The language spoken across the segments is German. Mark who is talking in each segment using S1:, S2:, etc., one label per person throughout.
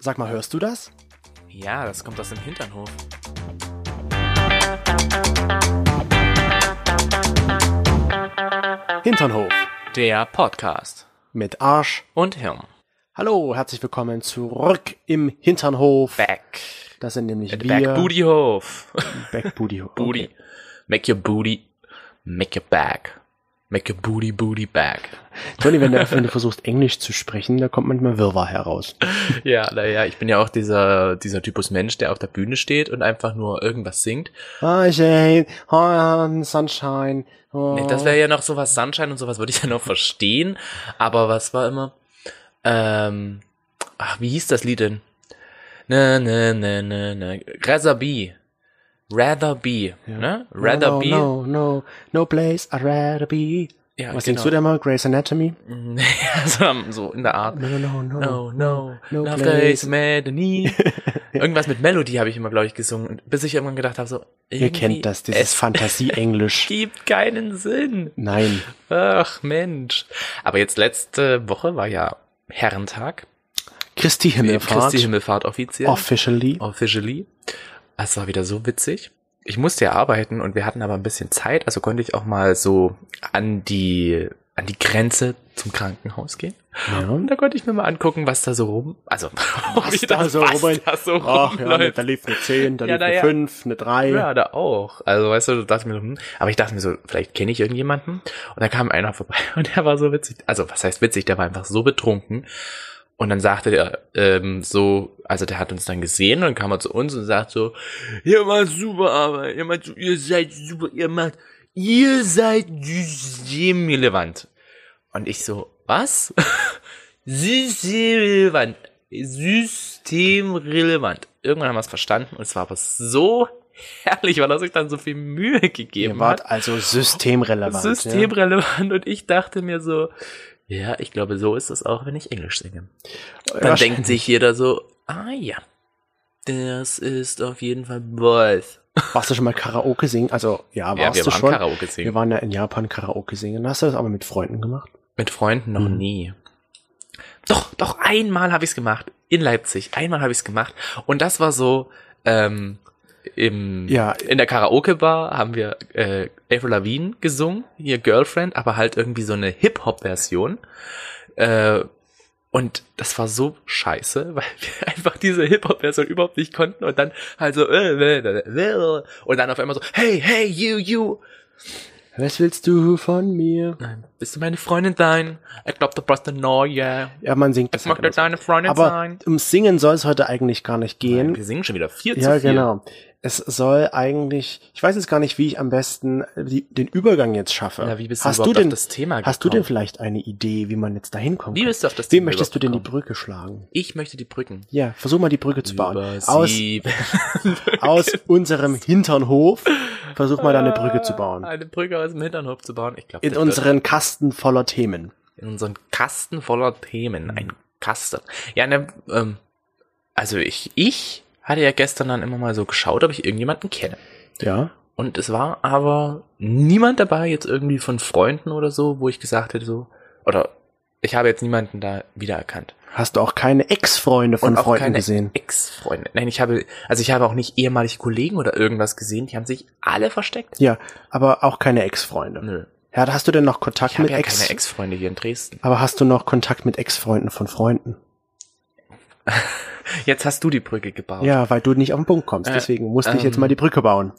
S1: Sag mal, hörst du das?
S2: Ja, das kommt aus dem Hinternhof.
S1: Hinternhof
S2: Der Podcast
S1: mit Arsch.
S2: und Hirn.
S1: Hallo, herzlich willkommen zurück im Hinternhof.
S2: Back.
S1: Das sind nämlich
S2: At the
S1: wir.
S2: back booty hof.
S1: Back Booty. Hof.
S2: booty.
S1: Okay.
S2: Make your booty. Make your back. Make your booty booty back.
S1: Tony, wenn du, wenn du versuchst, Englisch zu sprechen, da kommt manchmal Wirrwarr heraus.
S2: Ja, naja, ich bin ja auch dieser, dieser Typus Mensch, der auf der Bühne steht und einfach nur irgendwas singt.
S1: I shade, oh, Sunshine. Oh.
S2: Nee, das wäre ja noch sowas Sunshine und sowas würde ich ja noch verstehen. Aber was war immer? Ähm, ach, wie hieß das Lied denn? Ne, ne, ne, ne, ne. Rather be. Rather be. Ne? Rather
S1: no,
S2: be.
S1: No, no, no place I'd rather be.
S2: Ja,
S1: Was
S2: genau.
S1: singst du denn mal? Grey's Anatomy?
S2: Nee, so, am- so in der Art.
S1: No, no, no.
S2: No, no,
S1: no
S2: no, no
S1: place.
S2: place, Melanie. Irgendwas mit Melody habe ich immer, glaube ich, gesungen. Und Bis ich irgendwann gedacht habe, so.
S1: Ihr kennt das, dieses
S2: Es
S1: Fantasie-Englisch.
S2: gibt keinen Sinn.
S1: Nein.
S2: Ach, Mensch. Aber jetzt letzte Woche war ja Herrentag.
S1: Christi Himmelfahrt.
S2: Christi Oh. Himmelfahrt offiziell.
S1: Officially.
S2: Officially. Es war wieder so witzig. Ich musste ja arbeiten und wir hatten aber ein bisschen Zeit, also konnte ich auch mal so an die, an die Grenze zum Krankenhaus gehen.
S1: Ja.
S2: Und da konnte ich mir mal angucken, was da so rum, also,
S1: Was da so rum-
S2: da so
S1: Ach ja, ne,
S2: rumläuft.
S1: da lief eine 10, da
S2: Oh, Ja,
S1: lief
S2: na
S1: eine
S2: ja.
S1: 5, eine 3.
S2: Ja, da auch. Also, weißt du, da dachte ich mir so, hm. aber ich dachte mir so, vielleicht kenne ich irgendjemanden. Und da kam einer vorbei und der war so witzig. Also, was heißt witzig? Der war einfach so betrunken. Und dann sagte der ähm, so, also der hat uns dann gesehen und dann kam er zu uns und sagt so, ihr macht super Arbeit, ihr macht, ihr seid super, ihr macht, ihr seid systemrelevant. Und ich so, was? Systemrelevant. Systemrelevant. Irgendwann haben wir es verstanden und es war aber so herrlich, weil er sich dann so viel Mühe gegeben
S1: Ihr
S2: hat.
S1: wart also systemrelevant. ja.
S2: Systemrelevant und ich dachte mir so, ja, ich glaube, so ist es auch, wenn ich Englisch singe. Dann
S1: Wahrscheinlich.
S2: denkt sich jeder so, ah ja, das ist auf jeden Fall Wolf.
S1: Warst du schon mal Karaoke singen? Also, ja, warst du schon.
S2: Karaoke
S1: wir
S2: singen.
S1: waren ja in Japan Karaoke singen. Hast du das aber mit Freunden gemacht?
S2: Mit Freunden noch
S1: Mhm.
S2: nie. Doch, doch, einmal habe ich es gemacht. In Leipzig. Einmal habe ich es gemacht. Und das war so, ähm, im,
S1: Ja.
S2: in der Karaoke-Bar haben wir äh, Avril Lavigne gesungen, hier Girlfriend, aber halt irgendwie so eine Hip-Hop-Version. Äh, und das war so scheiße, weil wir einfach diese Hip-Hop-Version überhaupt nicht konnten und dann halt so, äh, äh, äh, äh, und dann auf einmal so, hey, hey, you, you,
S1: Was willst du von mir?
S2: Nein. Bist du meine Freundin sein? Ich glaub, du brauchst eine neue.
S1: Ja, man singt das
S2: Ich mag
S1: halt immer
S2: dir
S1: so.
S2: deine Freundin
S1: Aber
S2: sein.
S1: ums Singen soll es heute eigentlich gar nicht gehen.
S2: Wir singen schon wieder viel
S1: Ja,
S2: zu viel.
S1: genau. Es soll eigentlich, ich weiß jetzt gar nicht, wie ich am besten äh, die, den Übergang jetzt schaffe.
S2: Na, wie bist du
S1: hast du
S2: überhaupt
S1: denn,
S2: auf das Thema
S1: hast du denn
S2: gekommen?
S1: vielleicht eine Idee, wie man jetzt da hinkommt?
S2: Wie bist du auf das
S1: Wie
S2: Thema
S1: möchtest du denn die
S2: überhaupt
S1: Brücke schlagen?
S2: gekommen? Ich möchte die Brücken.
S1: Ja, versuch mal die Brücke zu bauen.
S2: Über
S1: Aus,
S2: sie-
S1: aus unserem Hinternhof versuch mal da eine Brücke zu bauen.
S2: Eine Brücke aus dem Hinternhof zu bauen. Ich glaube,
S1: In unseren Kasten voller Themen.
S2: in unseren Kasten voller Themen. Ein Kasten. Ja, ne, ähm, also ich, ich hatte ja gestern dann immer mal so geschaut, ob ich irgendjemanden kenne.
S1: Ja.
S2: Und es war aber niemand dabei, jetzt irgendwie von Freunden oder so, wo ich gesagt hätte, so, oder ich habe jetzt niemanden da wiedererkannt.
S1: Hast du auch keine Ex-Freunde von
S2: Und auch
S1: Freunden
S2: keine
S1: gesehen?
S2: Ex-Freunde. Nein, ich habe, also ich habe auch nicht ehemalige Kollegen oder irgendwas gesehen, die haben sich alle versteckt.
S1: Ja, aber auch keine Ex-Freunde.
S2: Nö.
S1: Ja, da hast du denn noch Kontakt
S2: Ich habe
S1: mit
S2: ja
S1: Ex?
S2: keine Ex-Freunde hier in Dresden.
S1: aber hast du noch Kontakt mit Ex-Freunden von Freunden?
S2: Jetzt hast du die Brücke gebaut.
S1: Ja, weil du nicht auf den Punkt kommst.
S2: Äh,
S1: Deswegen musste ich jetzt
S2: ähm,
S1: mal die Brücke bauen.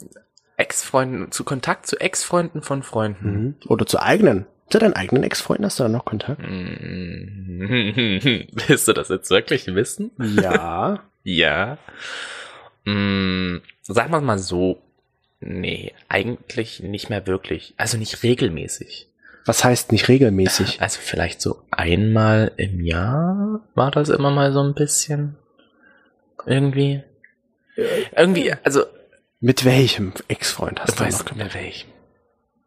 S2: Ex-Freunden, zu Kontakt zu Ex-Freunden von Freunden.
S1: Mhm. Oder zu eigenen. Zu deinen eigenen Ex-Freunden hast du dann noch Kontakt?
S2: Mhm. Willst du das jetzt wirklich wissen?
S1: Ja.
S2: Ja. Mm, sagen wir mal so. Nee, eigentlich nicht mehr wirklich. Also nicht regelmäßig.
S1: Was heißt nicht regelmäßig?
S2: Also vielleicht so einmal im Jahr war das immer mal so ein bisschen. Irgendwie.
S1: Äh,
S2: Irgendwie, also.
S1: Mit welchem Ex-Freund hast du noch?
S2: nicht mehr welchen.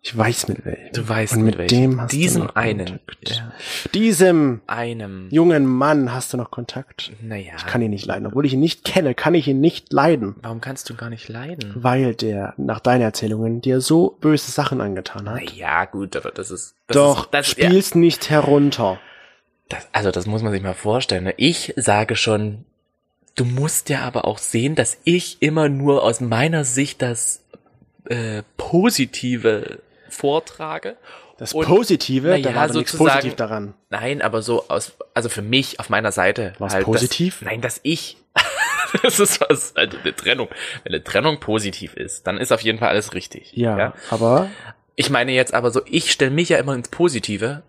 S1: Ich weiß mit welchem.
S2: Du weißt
S1: Und mit
S2: welchem.
S1: dem hast du
S2: Diesem
S1: noch
S2: einen.
S1: Kontakt.
S2: Ja.
S1: Diesem
S2: Einem.
S1: jungen Mann hast du noch Kontakt?
S2: Naja.
S1: Ich kann ihn nicht leiden. Obwohl ich ihn nicht kenne, kann ich ihn nicht leiden.
S2: warum kannst du gar nicht leiden?
S1: Weil der, nach deinen Erzählungen, dir so böse Sachen angetan hat.
S2: Naja, gut, aber das ist. Das
S1: Doch,
S2: ist, das, ja.
S1: spiel's nicht herunter.
S2: Das, also das muss man sich mal vorstellen. Ne? Ich sage schon, du musst ja aber auch sehen, dass ich immer nur aus meiner Sicht das äh, Positive vortrage.
S1: Das
S2: Und-
S1: Positive,
S2: na
S1: da
S2: ja,
S1: war doch nichts
S2: sozusagen-
S1: positiv daran.
S2: Nein, aber so aus, also für mich auf meiner Seite.
S1: War's
S2: halt,
S1: positiv?
S2: Dass, nein, dass ich. das ist was, also eine Trennung. Wenn eine Trennung positiv ist, dann ist auf jeden Fall alles richtig.
S1: Ja, aber
S2: Ich meine jetzt aber so, ich stelle mich ja immer ins Positive,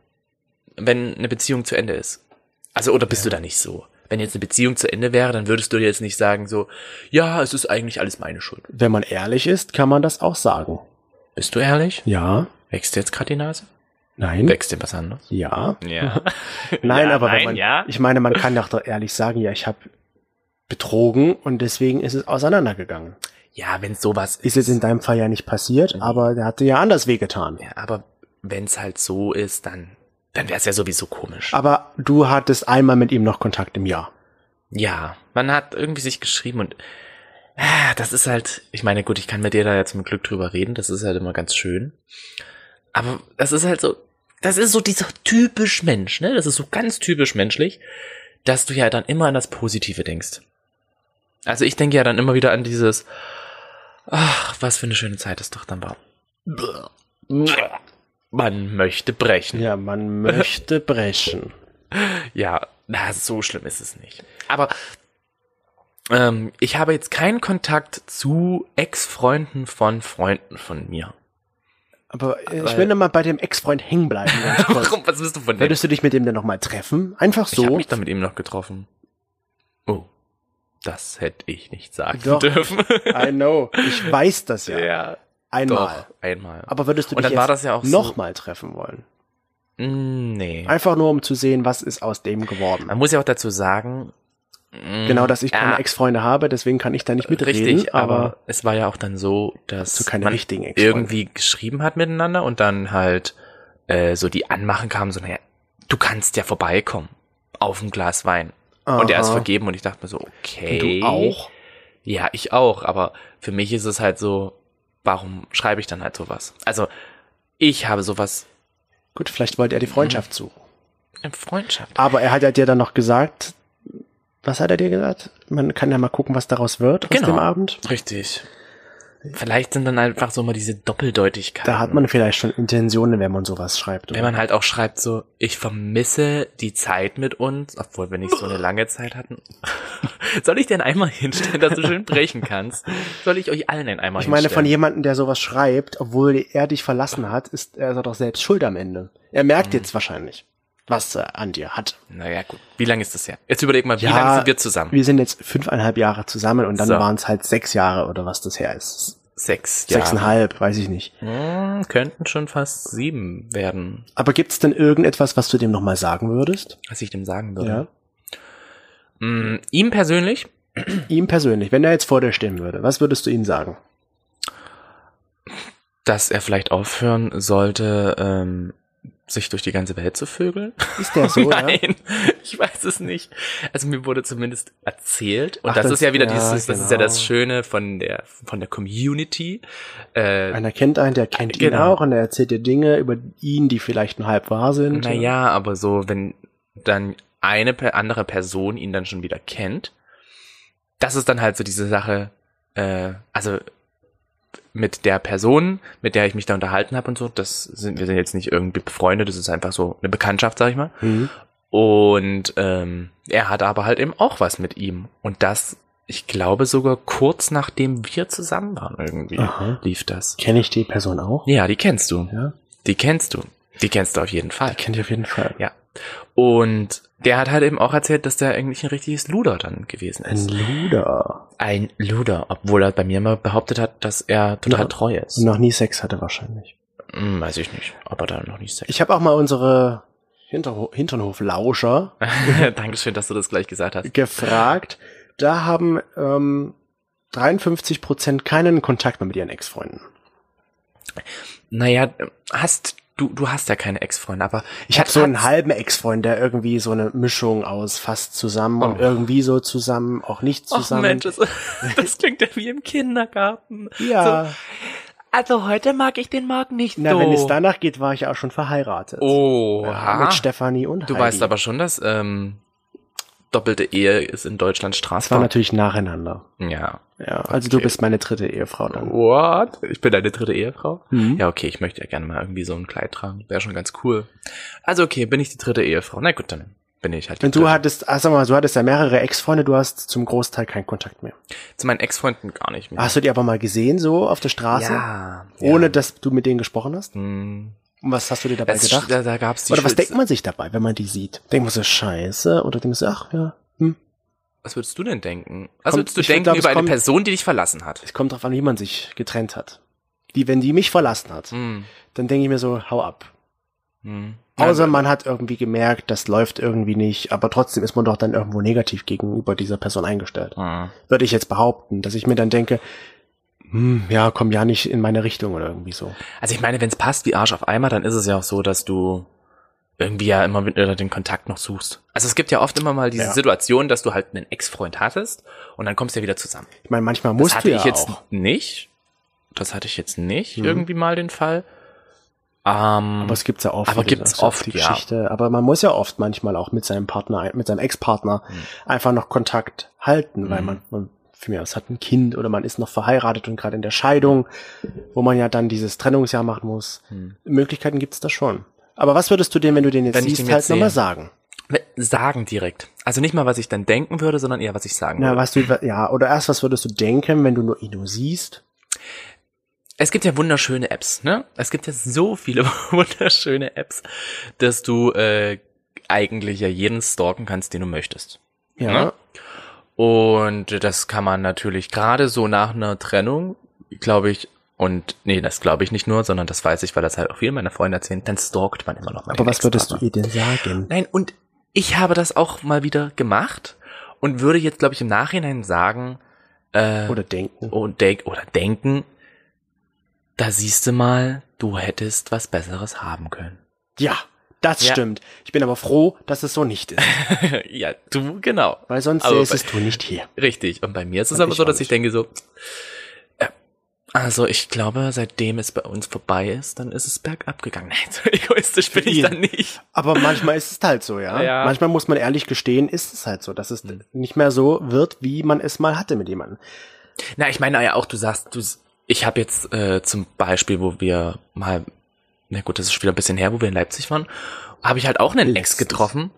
S2: wenn eine Beziehung zu Ende ist. Also, oder bist du da nicht so? Wenn jetzt eine Beziehung zu Ende wäre, dann würdest du dir jetzt nicht sagen so, ja, es ist eigentlich alles meine Schuld.
S1: wenn man ehrlich ist, kann man das auch sagen.
S2: Bist du ehrlich?
S1: Ja,
S2: Wächst dir jetzt gerade die Nase?
S1: nein,
S2: Wächst dir was anderes?
S1: ja.
S2: Ja.
S1: Nein,
S2: Ja,
S1: aber
S2: nein,
S1: wenn man,
S2: ja.
S1: ich meine, man kann doch doch ehrlich sagen, ja, ich habe betrogen und deswegen ist es auseinandergegangen.
S2: Ja, wenn sowas
S1: Ist jetzt in deinem Fall ja nicht
S2: Mhm.
S1: passiert, aber der hat dir ja anders wehgetan.
S2: Ja, aber wenn's halt so ist, dann, dann wär's ja sowieso komisch.
S1: Aber du hattest einmal mit ihm noch Kontakt im Jahr.
S2: ja, man hat irgendwie sich geschrieben und ah, das ist halt, ich meine, gut, ich kann mit dir da ja zum Glück drüber reden, das ist halt immer ganz schön. Aber das ist halt so, das ist so dieser typisch Mensch, ne? Das ist so ganz typisch menschlich, dass du ja dann immer an das Positive denkst. Also ich denke ja dann immer wieder an dieses, ach, was für eine schöne Zeit es doch dann war. Man möchte brechen.
S1: Ja, man möchte brechen.
S2: Ja, na, so schlimm ist es nicht. Aber ähm, ich habe jetzt keinen Kontakt zu Ex-Freunden von Freunden von mir.
S1: Aber äh, ich
S2: Weil-
S1: will nochmal bei dem Ex-Freund hängen bleiben. Ganz kurz.
S2: Warum? Was bist du von dem?
S1: Würdest du dich mit dem denn nochmal treffen? Einfach
S2: Ich habe
S1: so.
S2: mich dann mit ihm noch getroffen. Oh, das hätte ich nicht sagen
S1: Doch.
S2: dürfen.
S1: I know. Ich weiß das ja. Einmal.
S2: doch, einmal.
S1: Aber würdest du
S2: Und
S1: dich
S2: dann war
S1: jetzt
S2: das ja auch so-
S1: nochmal treffen wollen?
S2: Mm, nee.
S1: Einfach nur, um zu sehen, was ist aus dem geworden.
S2: Man muss ja auch dazu sagen, mm,
S1: Genau, dass ich keine
S2: ja,
S1: Ex-Freunde habe, deswegen kann ich da nicht mitreden.
S2: Richtig, aber,
S1: aber
S2: es war ja auch dann so, dass
S1: zu keine
S2: man
S1: richtigen Ex-Freunde.
S2: irgendwie geschrieben hat miteinander und dann halt äh, so die Anmachen kamen, so, naja, du kannst ja vorbeikommen auf ein Glas Wein. Und er ist
S1: Aha.
S2: vergeben und ich dachte mir so, okay.
S1: Du auch?
S2: Ja, ich auch, aber für mich ist es halt so, warum schreibe ich dann halt sowas? Also, ich habe sowas
S1: Gut, vielleicht wollte er
S2: Mhm.
S1: die Freundschaft suchen.
S2: in Freundschaft.
S1: Aber er hat ja dir dann noch gesagt, was hat er dir gesagt? Man kann ja mal gucken, was daraus wird
S2: Genau.
S1: aus dem Abend.
S2: Richtig. Vielleicht sind dann einfach so mal diese Doppeldeutigkeiten.
S1: Da hat man vielleicht schon Intentionen, wenn man sowas schreibt.
S2: Wenn man halt auch schreibt so, ich vermisse die Zeit mit uns, obwohl wir nicht so eine lange Zeit hatten. Soll ich denn einmal hinstellen, dass du schön brechen kannst? Soll ich euch allen einen Eimer
S1: ich meine, von
S2: hinstellen?
S1: jemandem, der sowas schreibt, obwohl er dich verlassen hat, ist er doch selbst schuld am Ende. Er merkt
S2: Mhm.
S1: jetzt wahrscheinlich, was er an dir hat.
S2: Naja, gut. Wie lange ist das her? Jetzt überleg mal, wie
S1: Ja,
S2: lange sind wir zusammen?
S1: Wir sind jetzt fünfeinhalb Jahre zusammen und dann
S2: So.
S1: waren es halt sechs Jahre oder was das her ist.
S2: Sechs Jahre.
S1: Sechseinhalb, weiß ich nicht.
S2: Hm, könnten schon fast sieben werden,
S1: Aber gibt's denn irgendetwas, was du dem nochmal sagen würdest?
S2: was ich dem sagen würde. Hm, ihm persönlich?
S1: Ihm persönlich, wenn er jetzt vor dir stehen würde, was würdest du ihm sagen?
S2: Dass er vielleicht aufhören sollte, ähm, sich durch die ganze Welt zu vögeln.
S1: Ist der so, ja?
S2: Nein, ich weiß es nicht. Also mir wurde zumindest erzählt und
S1: Ach,
S2: das,
S1: das-
S2: ist ja wieder
S1: ja,
S2: dieses, das ist ja das
S1: genau.
S2: Schöne von der von der Community. Äh,
S1: Einer kennt einen, der kennt ihn
S2: Genau.
S1: auch und er erzählt dir Dinge über ihn, die vielleicht nur halb wahr sind.
S2: naja, aber so wenn dann eine per- andere Person ihn dann schon wieder kennt, das ist dann halt so diese Sache. Äh, also mit der Person, mit der ich mich da unterhalten habe und so, das sind wir sind jetzt nicht irgendwie befreundet, das ist einfach so eine Bekanntschaft, sag ich mal.
S1: Hm.
S2: Und ähm, er hatte aber halt eben auch was mit ihm. Und das, ich glaube, sogar kurz nachdem wir zusammen waren irgendwie,
S1: Aha.
S2: lief das.
S1: Kenne ich die Person auch?
S2: Ja, die kennst du.
S1: Ja.
S2: Die kennst du. Die kennst du auf jeden Fall.
S1: Kennt ich auf jeden Fall.
S2: Ja. Und der hat halt eben auch erzählt, dass der eigentlich ein richtiges Luder dann gewesen
S1: Ein
S2: ist.
S1: Luder.
S2: Ein Luder, obwohl er bei mir mal behauptet hat, dass er total
S1: Ja.
S2: treu ist.
S1: Und noch nie Sex hatte wahrscheinlich.
S2: Hm, weiß ich nicht, ob er da noch nicht Sex
S1: Ich habe auch mal unsere Hinterho Hinternhof-Lauscher
S2: Dankeschön, dass du das gleich gesagt hast.
S1: gefragt. Da haben ähm, 53 Prozent keinen Kontakt mehr mit ihren Ex-Freunden.
S2: Naja, hast du, du hast ja keine Ex-Freunde, aber
S1: Ich habe
S2: Hat-
S1: so einen
S2: hat's-
S1: halben Ex-Freund, der irgendwie so eine Mischung aus fast zusammen und
S2: Oh.
S1: irgendwie so zusammen, auch nicht
S2: Ach
S1: zusammen.
S2: Oh, Mensch, das, das klingt ja wie im Kindergarten.
S1: ja,
S2: Also heute mag ich den Marc nicht
S1: na, wenn es danach geht, war ich ja auch schon verheiratet.
S2: Oh,
S1: ja, mit Stefanie und
S2: du
S1: Heidi.
S2: weißt aber schon, dass ähm, doppelte Ehe ist in Deutschland
S1: Das war
S2: strafbar.
S1: natürlich nacheinander.
S2: Ja.
S1: Ja, Mhm. also du bist meine dritte Ehefrau dann.
S2: What? Ich bin deine dritte Ehefrau?
S1: Mhm.
S2: Ja, okay, ich möchte ja gerne mal irgendwie so ein Kleid tragen. Wäre schon ganz cool. Also okay, bin ich die dritte Ehefrau. Na gut, dann bin ich halt die
S1: Und du
S2: dritte.
S1: hattest, ah, sag mal, du hattest ja mehrere Ex-Freunde, du hast zum Großteil keinen Kontakt mehr.
S2: Zu meinen Ex-Freunden gar nicht mehr.
S1: Hast du die aber mal gesehen, so auf der Straße?
S2: ja.
S1: Ohne
S2: ja.
S1: dass du mit denen gesprochen hast?
S2: Hm.
S1: Und was hast du dir dabei
S2: Das,
S1: gedacht?
S2: da, da gab's die
S1: Oder was
S2: schönste-
S1: denkt man sich dabei, wenn man die sieht? Denkt man so, scheiße? Oder denkt man so, ach ja, hm.
S2: Was würdest du denn denken? Was
S1: Kommt-
S2: würdest du
S1: ich
S2: denken
S1: glaub, es
S2: über eine
S1: kommt-
S2: Person, die dich verlassen hat?
S1: Es kommt drauf an, wie man sich getrennt hat. Die, wenn die mich verlassen hat,
S2: Hm.
S1: dann denke ich mir so, hau ab.
S2: Hm.
S1: Außer man hat irgendwie gemerkt, das läuft irgendwie nicht, aber trotzdem ist man doch dann irgendwo negativ gegenüber dieser Person eingestellt.
S2: Hm.
S1: Würde ich jetzt behaupten, dass ich mir dann denke, hm, ja, komm ja nicht in meine Richtung oder irgendwie so.
S2: Also ich meine, wenn es passt wie Arsch auf Eimer, dann ist es ja auch so, dass du irgendwie ja immer wieder den Kontakt noch suchst. Also es gibt ja oft immer mal diese
S1: Ja.
S2: Situation, dass du halt einen Ex-Freund hattest und dann kommst du ja wieder zusammen.
S1: Ich meine, manchmal
S2: Das
S1: musst
S2: hatte
S1: du ja
S2: ich jetzt
S1: auch.
S2: nicht. Das hatte ich jetzt nicht
S1: Mhm.
S2: irgendwie mal den Fall. Ähm,
S1: Aber es gibt's ja oft.
S2: Aber
S1: wieder,
S2: gibt's
S1: das ist ja
S2: oft,
S1: die
S2: ja.
S1: Geschichte. Aber man muss ja oft manchmal auch mit seinem Partner, mit seinem Ex-Partner einfach noch Kontakt halten, weil
S2: Mhm.
S1: man, man für mich, es hat ein Kind oder man ist noch verheiratet und gerade in der Scheidung, wo man ja dann dieses Trennungsjahr machen muss.
S2: Mhm.
S1: Möglichkeiten gibt's da schon. Aber was würdest du denn, wenn du den jetzt
S2: Wenn ich
S1: siehst,
S2: den
S1: halt
S2: jetzt
S1: nochmal
S2: sehe.
S1: sagen?
S2: sagen direkt. Also nicht mal, was ich dann denken würde, sondern eher, was ich sagen
S1: Na,
S2: würde.
S1: was du, ja, oder erst, was würdest du denken, wenn du nur Inu siehst?
S2: Es gibt ja wunderschöne Apps, ne? Es gibt ja so viele wunderschöne Apps, dass du äh, eigentlich ja jeden stalken kannst, den du möchtest.
S1: Ja.
S2: Ne? Und das kann man natürlich gerade so nach einer Trennung, glaube ich, und nee, das glaube ich nicht nur, sondern das weiß ich, weil das halt auch viele meiner Freunde erzählen, dann stalkt man immer noch mal
S1: Aber
S2: den
S1: was würdest du
S2: Ex-Partner.
S1: ihr denn sagen?
S2: Nein, und ich habe das auch mal wieder gemacht und würde jetzt, glaube ich, im Nachhinein sagen, äh,
S1: Oder denken?
S2: und denk oder denken, da siehst du mal, du hättest was Besseres haben können.
S1: Ja, das
S2: Ja.
S1: stimmt. Ich bin aber froh, dass es so nicht ist.
S2: ja, du, genau.
S1: Weil sonst
S2: Aber
S1: säßest du nicht hier.
S2: Richtig. Und bei mir ist es
S1: Und
S2: aber
S1: ich
S2: so,
S1: auch
S2: dass ich
S1: nicht.
S2: denke so, äh, also ich glaube, seitdem es bei uns vorbei ist, dann ist es bergab gegangen. Nein, so egoistisch bin ich
S1: ihn.
S2: dann nicht.
S1: Aber manchmal ist es halt so, ja?
S2: Ja. Hm.
S1: Manchmal muss man ehrlich gestehen, ist es halt so, dass es nicht mehr so wird, wie man es mal hatte mit jemandem.
S2: Na, ich meine ja auch, du sagst, du, s- ich habe jetzt äh, zum Beispiel, wo wir mal, na gut, das ist schon wieder ein bisschen her, wo wir in Leipzig waren, habe ich halt auch einen Ex
S1: Letztens.
S2: getroffen.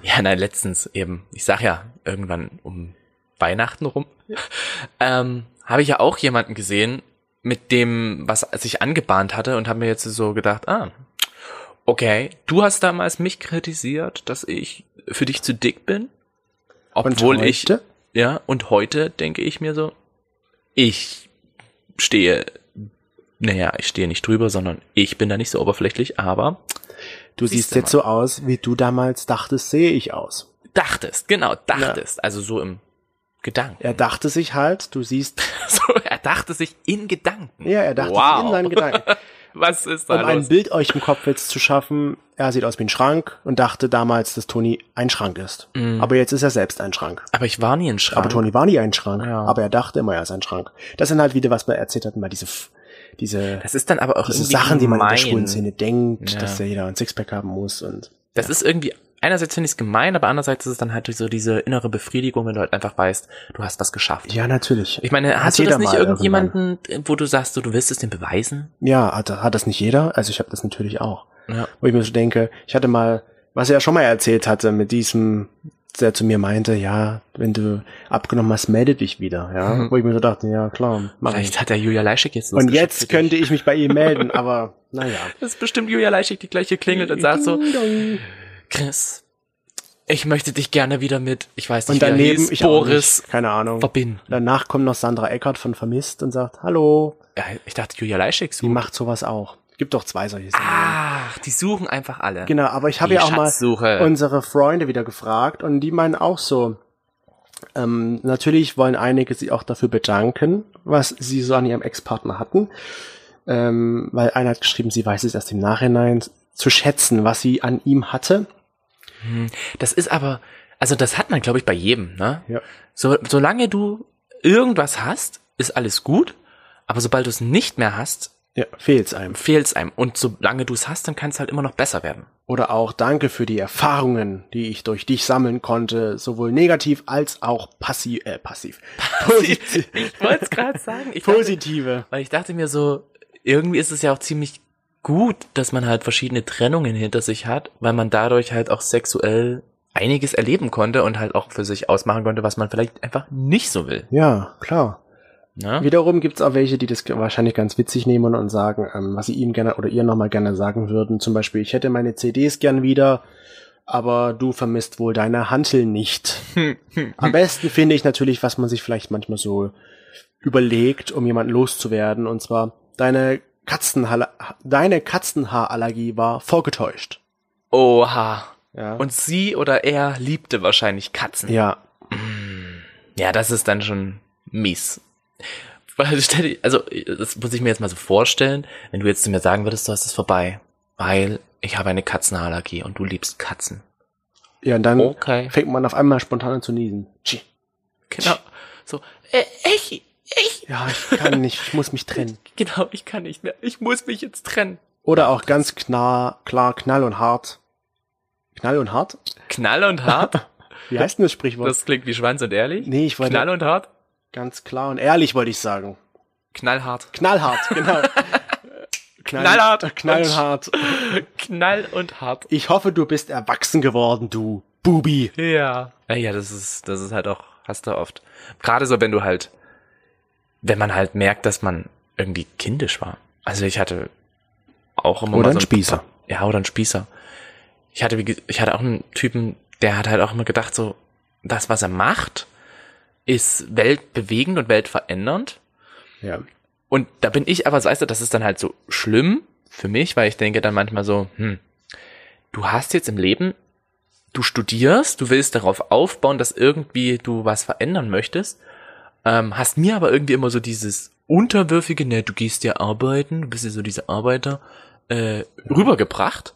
S2: Ja, nein, letztens eben. Ich sag ja, irgendwann um Weihnachten rum. Ähm, habe ich ja auch jemanden gesehen, mit dem, was sich angebahnt hatte und habe mir jetzt so gedacht, ah, okay, du hast damals mich kritisiert, dass ich für dich zu dick bin.
S1: Und
S2: Obwohl ich
S1: heute?
S2: ja, und heute denke ich mir so, ich stehe, naja, ich stehe nicht drüber, sondern ich bin da nicht so oberflächlich, aber
S1: Du
S2: Siehst
S1: siehst,
S2: du
S1: jetzt so aus, wie du damals dachtest, sehe ich aus.
S2: dachtest, genau, dachtest, also so im Gedanken.
S1: Er dachte sich halt, du siehst,
S2: So, er dachte sich in Gedanken.
S1: ja, er dachte
S2: wow.
S1: sich in seinen Gedanken.
S2: Was ist
S1: Um
S2: da
S1: ein
S2: los?
S1: Bild euch im Kopf jetzt zu schaffen, er sieht aus wie ein Schrank und dachte damals, dass Toni ein Schrank ist.
S2: Hm.
S1: Aber jetzt ist er selbst ein Schrank.
S2: Aber ich war nie in Schrank.
S1: Aber Toni war nie ein Schrank.
S2: Ja.
S1: Aber er dachte immer, er ist ein Schrank. Das sind halt wieder, was wir erzählt hatten, mal diese, F- diese
S2: das ist dann aber auch
S1: diese
S2: irgendwie
S1: Sachen, die man in der
S2: gemein.
S1: schwulen Szene denkt,
S2: Ja.
S1: dass ja jeder ein Sixpack haben muss und
S2: Das ist irgendwie, einerseits finde ich es gemein, aber andererseits ist es dann halt so diese innere Befriedigung, wenn du halt einfach weißt, du hast was geschafft.
S1: ja, natürlich.
S2: Ich meine,
S1: Hat
S2: hast du
S1: jeder
S2: das nicht
S1: mal
S2: irgendjemanden, wo du sagst, so, du willst es dem beweisen?
S1: Ja, hat, hat das nicht jeder? Also ich habe das natürlich auch.
S2: Ja.
S1: Wo ich mir so denke, ich hatte mal, was er ja schon mal erzählt hatte, mit diesem, der zu mir meinte, ja, wenn du abgenommen hast, melde dich wieder, ja.
S2: Mhm.
S1: Wo ich mir so dachte, ja klar, mach ich.
S2: Vielleicht hat der Julia Leischik jetzt
S1: Und
S2: losgeschickt
S1: jetzt
S2: für dich.
S1: könnte ich mich bei ihm melden, aber naja.
S2: Das ist bestimmt Julia Leischik, die gleiche klingelt und sagt so,
S1: Ding dong.
S2: Chris, ich möchte dich gerne wieder mit, ich weiß nicht,
S1: Und
S2: wer
S1: daneben,
S2: hieß,
S1: ich Boris.
S2: Boris
S1: Auch nicht, keine Ahnung.
S2: verbinden.
S1: Danach kommt noch Sandra Eckert von Vermisst und sagt, hallo,
S2: Ja, ich dachte, Julia Leischik
S1: die
S2: sucht.
S1: macht sowas auch. Ah, Gibt doch zwei solche Serien.
S2: Ach, die suchen einfach alle.
S1: Genau, aber ich habe
S2: Die
S1: ja auch mal
S2: Schatzsuche.
S1: unsere Freunde wieder gefragt und die meinen auch so. Ähm, natürlich wollen einige sich auch dafür bedanken, was sie so an ihrem Ex-Partner hatten. Ähm, weil einer hat geschrieben, sie weiß es erst im Nachhinein zu schätzen, was sie an ihm hatte.
S2: Das ist aber, also das hat man, glaube ich, bei jedem, ne?
S1: Ja.
S2: So, solange du irgendwas hast, ist alles gut, aber sobald du es nicht mehr hast,
S1: Ja, fehlt's einem.
S2: fehlt's einem. Und solange du es hast, dann kann es halt immer noch besser werden.
S1: Oder auch danke für die Erfahrungen, die ich durch dich sammeln konnte, sowohl negativ als auch passiv, äh, passiv. Positiv.
S2: Ich wollte es gerade sagen. Ich dachte,
S1: Positive.
S2: weil ich dachte mir so, irgendwie ist es ja auch ziemlich gut, dass man halt verschiedene Trennungen hinter sich hat, weil man dadurch halt auch sexuell einiges erleben konnte und halt auch für sich ausmachen konnte, was man vielleicht einfach nicht so will.
S1: Ja, klar.
S2: Ne?
S1: Wiederum gibt's auch welche, die das wahrscheinlich ganz witzig nehmen und sagen, ähm, was sie ihm gerne oder ihr nochmal gerne sagen würden. Zum Beispiel, ich hätte meine CDs gern wieder, aber du vermisst wohl deine Hantel nicht. Am besten finde ich natürlich, was man sich vielleicht manchmal so überlegt, um jemanden loszuwerden. Und zwar, deine, Katzenhalle, deine Katzenhaarallergie war vorgetäuscht.
S2: Oha.
S1: Ja.
S2: Und sie oder er liebte wahrscheinlich Katzen.
S1: ja.
S2: Ja, das ist dann schon mies. Weil stell dir- Also, das muss ich mir jetzt mal so vorstellen, wenn du jetzt zu mir sagen würdest, du hast es vorbei, weil ich habe eine Katzenallergie und du liebst Katzen.
S1: Ja, und dann
S2: Okay.
S1: fängt man auf einmal spontan an zu niesen. Tschi.
S2: Genau. So, äh, ich, ich,
S1: Ja, ich kann nicht, ich muss mich trennen.
S2: genau, ich kann nicht mehr. Ich muss mich jetzt trennen.
S1: Oder auch ganz klar, klar, knall und hart. Knall und hart?
S2: Knall und hart?
S1: Wie heißt denn das Sprichwort?
S2: Das klingt wie Schwanz und ehrlich.
S1: nee, ich wollte
S2: Knall und hart?
S1: ganz klar und ehrlich wollte ich sagen.
S2: Knallhart.
S1: Knallhart, genau. Knall,
S2: Knallhart.
S1: Knall und hart.
S2: Knall und hart.
S1: Ich hoffe, du bist erwachsen geworden, du Bubi.
S2: Ja. Ja, ja, das ist, das ist halt auch, hast du oft. Gerade so, wenn du halt, wenn man halt merkt, dass man irgendwie kindisch war. Also ich hatte auch immer mal
S1: Oder ein
S2: so
S1: Spießer.
S2: Ja, oder ein Spießer. Ich hatte, wie ge- ich hatte auch einen Typen, der hat halt auch immer gedacht, so, das, was er macht, ist weltbewegend und weltverändernd.
S1: Ja.
S2: Und da bin ich aber, so, weißt du, das ist dann halt so schlimm für mich, weil ich denke dann manchmal so, hm, du hast jetzt im Leben, du studierst, du willst darauf aufbauen, dass irgendwie du was verändern möchtest, ähm, hast mir aber irgendwie immer so dieses unterwürfige, ne, du gehst ja arbeiten, du bist ja so dieser Arbeiter, äh, rübergebracht.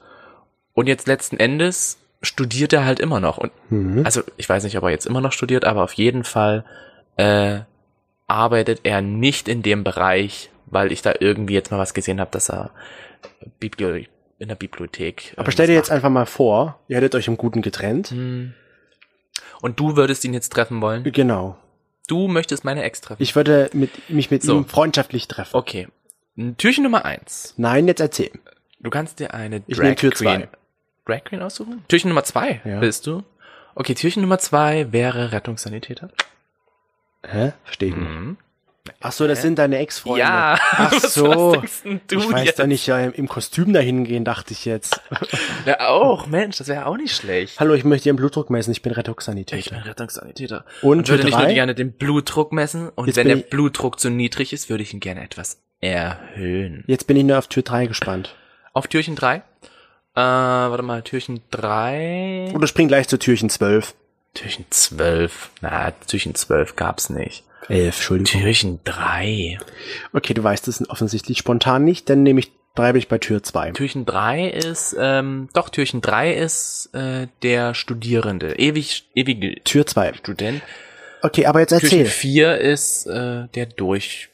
S2: Und jetzt letzten Endes studiert er halt immer noch. Und
S1: Mhm.
S2: also ich weiß nicht, ob er jetzt immer noch studiert, aber auf jeden Fall äh, arbeitet er nicht in dem Bereich, weil ich da irgendwie jetzt mal was gesehen habe, dass er Bibli in der Bibliothek. äh,
S1: Aber stell dir jetzt
S2: irgendwas
S1: einfach mal vor, ihr hättet euch im Guten getrennt.
S2: macht. Hm. Und du würdest ihn jetzt treffen wollen?
S1: Genau.
S2: Du möchtest meine Ex treffen.
S1: Ich würde mit, mich mit
S2: So.
S1: ihm freundschaftlich treffen.
S2: okay. Türchen Nummer eins.
S1: Nein, jetzt erzähl.
S2: Du kannst dir eine Drag
S1: Ich nehm Tür zwei.
S2: Queen. Drag Queen aussuchen? Türchen Nummer zwei
S1: Ja.
S2: willst du? Okay, Türchen Nummer zwei wäre Rettungssanitäter.
S1: Hä? Verstehe ich nicht.
S2: Mhm.
S1: Ach so, das sind deine Ex-Freunde.
S2: Ja,
S1: Ach
S2: was-
S1: so.
S2: was denkst denn du
S1: ich weiß
S2: jetzt?
S1: doch nicht, ja, im, im Kostüm dahin gehen, dachte ich jetzt.
S2: Ja, auch, Mensch, das wäre auch nicht schlecht.
S1: Hallo, ich möchte Ihren Blutdruck messen, ich bin
S2: Ich
S1: Rettungssanitäter.
S2: bin Rettungssanitäter.
S1: Und
S2: Und würde
S1: Tür
S2: nicht nur
S1: drei?
S2: gerne den Blutdruck messen und
S1: Jetzt
S2: wenn der
S1: bin ich-
S2: Blutdruck zu niedrig ist, würde ich ihn gerne etwas erhöhen.
S1: Jetzt bin ich nur auf Tür 3 gespannt.
S2: Auf Türchen 3. Äh, warte mal, Türchen 3.
S1: Oder spring gleich zu Türchen 12.
S2: Türchen 12. Na, Türchen 12 gab's nicht.
S1: 11, Entschuldigung.
S2: Türchen 3.
S1: Okay, du weißt es offensichtlich spontan nicht, dann nehme ich, bleibe ich bei Tür 2.
S2: Türchen 3 ist, ähm, doch, Türchen 3 ist äh, der Studierende. Ewig, ewige
S1: Tür 2.
S2: Student.
S1: Okay, aber jetzt
S2: Türchen
S1: erzähl.
S2: 4 ist äh, der durch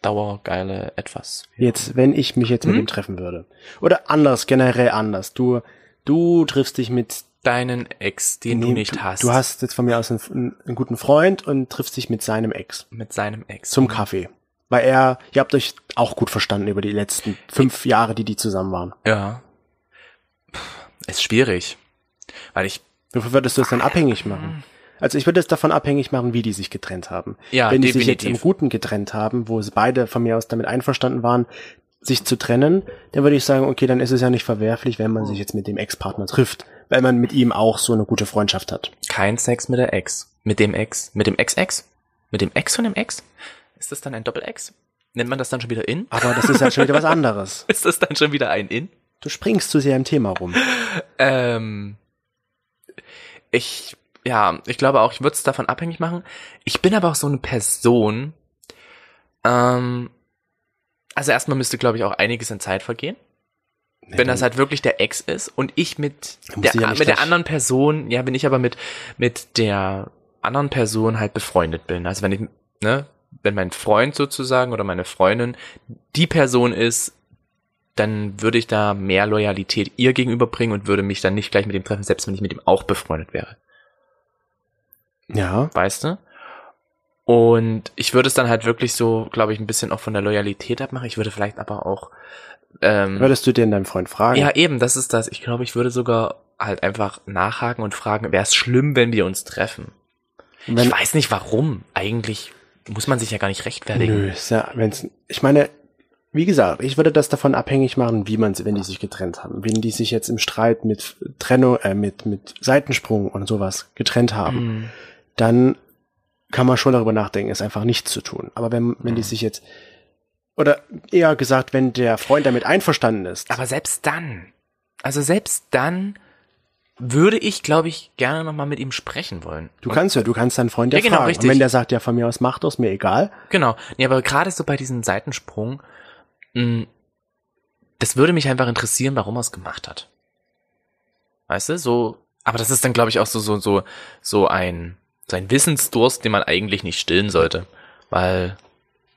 S2: Dauergeile etwas.
S1: Jetzt, wenn ich mich jetzt mit
S2: Hm?
S1: ihm treffen würde. Oder anders, generell anders. Du, du triffst dich mit
S2: Deinen Ex, den du
S1: Nee,
S2: nicht hast.
S1: Du hast jetzt von mir aus einen, einen guten Freund und triffst dich mit seinem Ex
S2: mit seinem Ex.
S1: zum Kaffee. Weil er, ihr habt euch auch gut verstanden über die letzten fünf Jahre, die die zusammen waren.
S2: Ja. Puh, Ist schwierig. Weil ich.
S1: Wofür würdest du es dann
S2: Ah,
S1: abhängig
S2: Mhm.
S1: machen? Also ich würde es davon abhängig machen, wie die sich getrennt haben.
S2: Ja,
S1: Wenn die sich jetzt
S2: definitiv.
S1: im Guten getrennt haben, wo es beide von mir aus damit einverstanden waren, sich zu trennen, dann würde ich sagen, okay, dann ist es ja nicht verwerflich, wenn man sich jetzt mit dem Ex-Partner trifft, weil man mit ihm auch so eine gute Freundschaft hat.
S2: Kein Sex mit der Ex. Mit dem Ex. Mit dem Ex-Ex? Mit dem Ex von dem Ex? Ist das dann ein Doppel-Ex? Nennt man das dann schon wieder in?
S1: Aber das ist ja schon wieder was anderes.
S2: Ist das dann schon wieder ein in?
S1: Du springst zu sehr im Thema rum.
S2: Ähm, ich, ja, ich glaube auch, ich würde es davon abhängig machen. Ich bin aber auch so eine Person. Ähm, also erstmal müsste, glaube ich, auch einiges an Zeit vergehen.
S1: Nee,
S2: wenn
S1: dann-
S2: das halt wirklich der Ex ist und ich mit
S1: Muss
S2: der,
S1: sie ja nicht
S2: mit der
S1: gleich-
S2: anderen Person, ja, wenn ich aber mit, mit der anderen Person halt befreundet bin. Also wenn ich, ne, wenn mein Freund sozusagen oder meine Freundin die Person ist, dann würde ich da mehr Loyalität ihr gegenüber bringen und würde mich dann nicht gleich mit dem treffen, selbst wenn ich mit ihm auch befreundet wäre.
S1: Ja.
S2: Weißt du? Und ich würde es dann halt wirklich so, glaube ich, ein bisschen auch von der Loyalität abmachen. Ich würde vielleicht aber auch. Ähm,
S1: Würdest du den deinem Freund fragen?
S2: ja, eben, das ist das. Ich glaube, ich würde sogar halt einfach nachhaken und fragen, wäre es schlimm, wenn wir uns treffen?
S1: wenn,
S2: ich weiß nicht warum. Eigentlich muss man sich ja gar nicht rechtfertigen.
S1: Nö, ist ja, wenn's, ich meine, wie gesagt, ich würde das davon abhängig machen, wie man, wenn die sich getrennt haben, wenn die sich jetzt im Streit mit Trennung, äh, mit mit Seitensprung und sowas getrennt haben,
S2: Mhm.
S1: dann kann man schon darüber nachdenken, es einfach nicht zu tun. Aber wenn wenn
S2: Mhm.
S1: die sich jetzt oder eher gesagt, wenn der Freund damit einverstanden ist,
S2: Aber selbst dann, also selbst dann würde ich, glaube ich, gerne nochmal mit ihm sprechen wollen.
S1: du kannst ja, du kannst deinen Freund ja,
S2: Ja, genau,
S1: fragen.
S2: richtig.
S1: Und wenn der sagt, ja von mir aus macht das mir egal,
S2: Genau. Nee, aber gerade so bei diesem Seitensprung, mh, das würde mich einfach interessieren, warum er es gemacht hat. Weißt du, so, aber das ist dann, glaube ich, auch so, so, so, so ein, so ein Wissensdurst, den man eigentlich nicht stillen sollte. Weil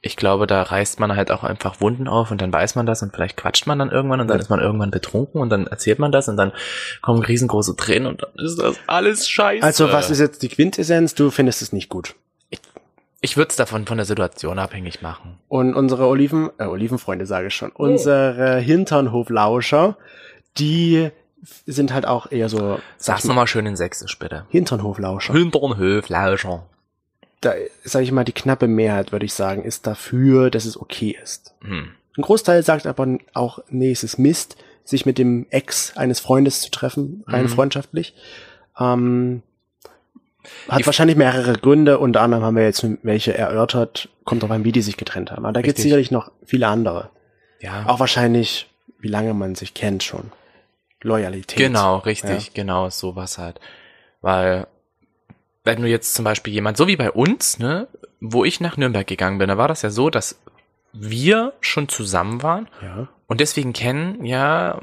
S2: ich glaube, da reißt man halt auch einfach Wunden auf und dann weiß man das und vielleicht quatscht man dann irgendwann und dann ist man irgendwann betrunken und dann erzählt man das und dann kommen riesengroße Tränen und dann ist äh, das alles scheiße.
S1: also was ist jetzt die Quintessenz? Du findest es nicht gut.
S2: Ich würde es davon von der Situation abhängig machen.
S1: Und unsere Oliven, äh, Olivenfreunde sage ich schon,
S2: Oh.
S1: unsere Hinternhoflauscher, die f- sind halt auch eher so
S2: Sag's nochmal schön in Sächsisch, bitte.
S1: Hinternhoflauscher.
S2: Hinternhöflauscher.
S1: Da sage ich mal, die knappe Mehrheit, würde ich sagen, ist dafür, dass es okay ist.
S2: Hm.
S1: Ein Großteil sagt aber auch, nee, es ist Mist, sich mit dem Ex eines Freundes zu treffen, rein
S2: Mhm.
S1: freundschaftlich. Ähm, hat
S2: Die-
S1: wahrscheinlich mehrere Gründe, unter anderem haben wir jetzt welche erörtert, kommt drauf an, wie die sich getrennt haben. Aber da gibt es
S2: Richtig.
S1: sicherlich noch viele andere.
S2: Ja,
S1: Auch wahrscheinlich, wie lange man sich kennt schon. Loyalität.
S2: genau, richtig, genau, sowas halt. Weil, wenn du jetzt zum Beispiel jemand, so wie bei uns, ne, wo ich nach Nürnberg gegangen bin, da war das ja so, dass wir schon zusammen waren
S1: Ja.
S2: und deswegen kennen ja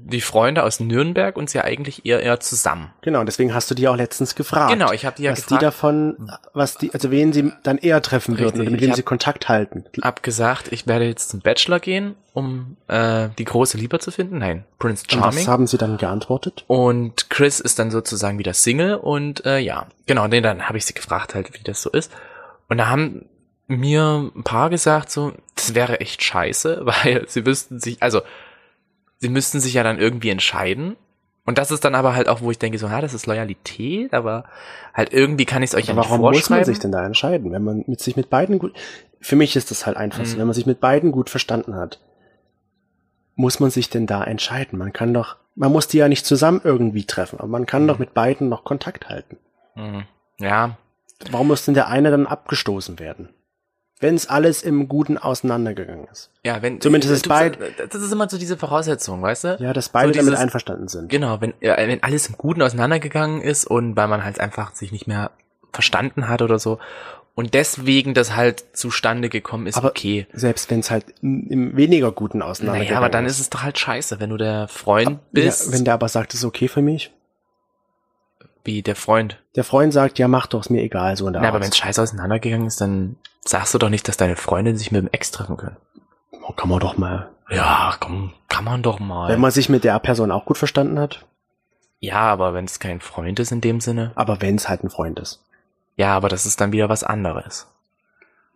S2: die Freunde aus Nürnberg uns ja eigentlich eher, eher zusammen.
S1: Genau, deswegen hast du die auch letztens gefragt.
S2: Genau, ich habe die ja
S1: was die
S2: gefragt,
S1: davon, was die, also wen sie dann eher treffen würden
S2: Richtig,
S1: oder mit
S2: ich
S1: wem
S2: hab-
S1: sie Kontakt halten.
S2: hab gesagt, ich werde jetzt zum Bachelor gehen, um äh, die große Liebe zu finden. Nein, Prince
S1: Und
S2: Charming.
S1: was haben sie dann geantwortet?
S2: Und Chris ist dann sozusagen wieder Single und äh, ja, genau, nee, dann habe ich sie gefragt halt, wie das so ist. Und da haben mir ein paar gesagt, so, das wäre echt scheiße, weil sie wüssten sich, also sie müssten sich ja dann irgendwie entscheiden. Und das ist dann aber halt auch, wo ich denke, so, ja, das ist Loyalität, aber halt irgendwie kann ich es euch ja
S1: Aber
S2: nicht
S1: warum
S2: vorschreiben.
S1: muss man sich denn da entscheiden, wenn man mit sich mit beiden gut, für mich ist das halt einfach so,
S2: Mhm.
S1: wenn man sich mit beiden gut verstanden hat, muss man sich denn da entscheiden? Man kann doch, man muss die ja nicht zusammen irgendwie treffen, aber man kann
S2: Mhm.
S1: doch mit beiden noch Kontakt halten.
S2: Hm, Ja,
S1: Warum muss denn der eine dann abgestoßen werden? Wenn es alles im Guten auseinandergegangen ist.
S2: ja, wenn
S1: Zumindest ist
S2: du-
S1: beid-
S2: Das ist immer so diese Voraussetzung, weißt du?
S1: Ja, dass beide
S2: So dieses-
S1: damit einverstanden sind.
S2: Genau, wenn, äh, wenn alles im Guten auseinandergegangen ist und weil man halt einfach sich nicht mehr verstanden hat oder so und deswegen das halt zustande gekommen ist,
S1: Aber-
S2: okay.
S1: Selbst wenn es halt n- im weniger Guten auseinandergegangen
S2: Naja, aber dann ist es doch halt scheiße, wenn du der Freund
S1: Ja,
S2: bist,
S1: wenn der aber sagt, ist okay für mich.
S2: wie der Freund.
S1: Der Freund sagt, ja, mach doch, ist mir egal, so in der
S2: Na, aber
S1: Art.
S2: wenn es scheiße auseinandergegangen ist, dann sagst du doch nicht, dass deine Freundin sich mit dem Ex treffen können.
S1: Oh, kann man doch mal.
S2: Ja, komm, kann man doch mal.
S1: Wenn man sich mit der Person auch gut verstanden hat,
S2: ja, aber wenn es kein Freund ist in dem Sinne.
S1: aber wenn es halt ein Freund ist.
S2: Ja, aber das ist dann wieder was anderes.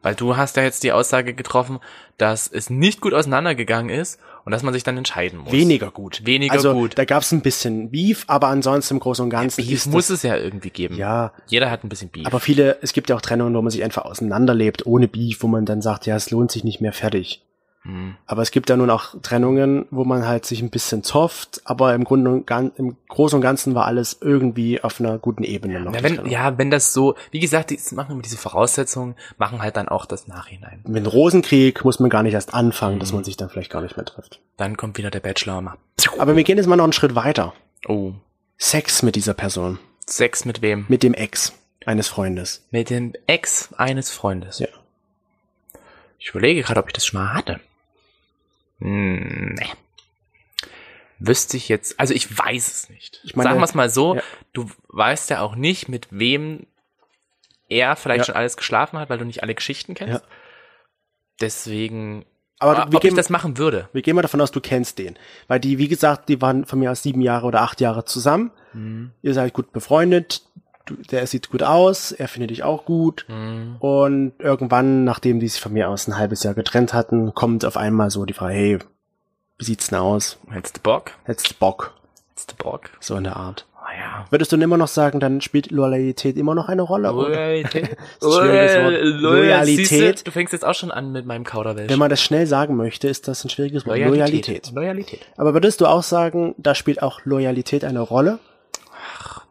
S2: Weil du hast ja jetzt die Aussage getroffen, dass es nicht gut auseinandergegangen ist und dass man sich dann entscheiden muss.
S1: Weniger gut.
S2: Weniger
S1: also,
S2: gut.
S1: da gab es ein bisschen Beef, aber ansonsten im Großen und Ganzen
S2: Beef
S1: ist
S2: muss
S1: es,
S2: es ja irgendwie geben.
S1: ja,
S2: Jeder hat ein bisschen Beef.
S1: aber viele, es gibt ja auch Trennungen, wo man sich einfach auseinanderlebt, ohne Beef, wo man dann sagt, ja, es lohnt sich nicht mehr, fertig.
S2: hm.
S1: Aber es gibt ja nun auch Trennungen, wo man halt sich ein bisschen zofft, aber im Grunde und Gan- im Großen und Ganzen war alles irgendwie auf einer guten Ebene noch.
S2: Na,
S1: die
S2: wenn,
S1: Trennung.
S2: ja, wenn das so, wie gesagt, die machen immer diese Voraussetzungen, machen halt dann auch das Nachhinein.
S1: Mit dem Rosenkrieg muss man gar nicht erst anfangen, dass
S2: Mhm.
S1: man sich dann vielleicht gar nicht mehr trifft.
S2: Dann kommt wieder der Bachelor und macht.
S1: Aber wir gehen jetzt mal noch einen Schritt weiter.
S2: Oh,
S1: Sex mit dieser Person,
S2: Sex mit wem?
S1: mit dem Ex eines Freundes.
S2: Mit dem Ex eines Freundes.
S1: Ja.
S2: Ich überlege gerade, ob ich das schon mal hatte. Hm, nee. Wüsste ich jetzt, also ich weiß es nicht.
S1: Ich meine-
S2: Sagen wir es mal so,
S1: Ja.
S2: du weißt ja auch nicht, mit wem er vielleicht
S1: Ja.
S2: schon alles geschlafen hat, weil du nicht alle Geschichten kennst.
S1: Ja.
S2: Deswegen,
S1: Aber wir
S2: Ah, ob ich
S1: gehen,
S2: das machen würde.
S1: wir gehen mal davon aus, du kennst den. Weil die, wie gesagt, die waren von mir aus sieben Jahre oder acht Jahre zusammen. Ihr seid gut befreundet. Du, der sieht gut aus. Er findet dich auch gut.
S2: Mhm.
S1: Und irgendwann, nachdem die sich von mir aus ein halbes Jahr getrennt hatten, kommt auf einmal so die Frage, hey, wie sieht's denn aus?
S2: Hättest du Bock?
S1: Hättest du Bock?
S2: Hättest du Bock?
S1: So in der Art.
S2: Oh ja.
S1: Würdest du denn immer noch sagen, dann spielt Loyalität immer noch eine Rolle? Oder?
S2: Loyalität.
S1: ist ein schwieriges Wort.
S2: Loyal- Loyalität.
S1: Loyalität.
S2: Siehste, Du fängst jetzt auch schon an mit meinem Kauderwelsch.
S1: Wenn man das schnell sagen möchte, ist das ein schwieriges Wort. Loyalität.
S2: Loyalität.
S1: Aber würdest du auch sagen, da spielt auch Loyalität eine Rolle?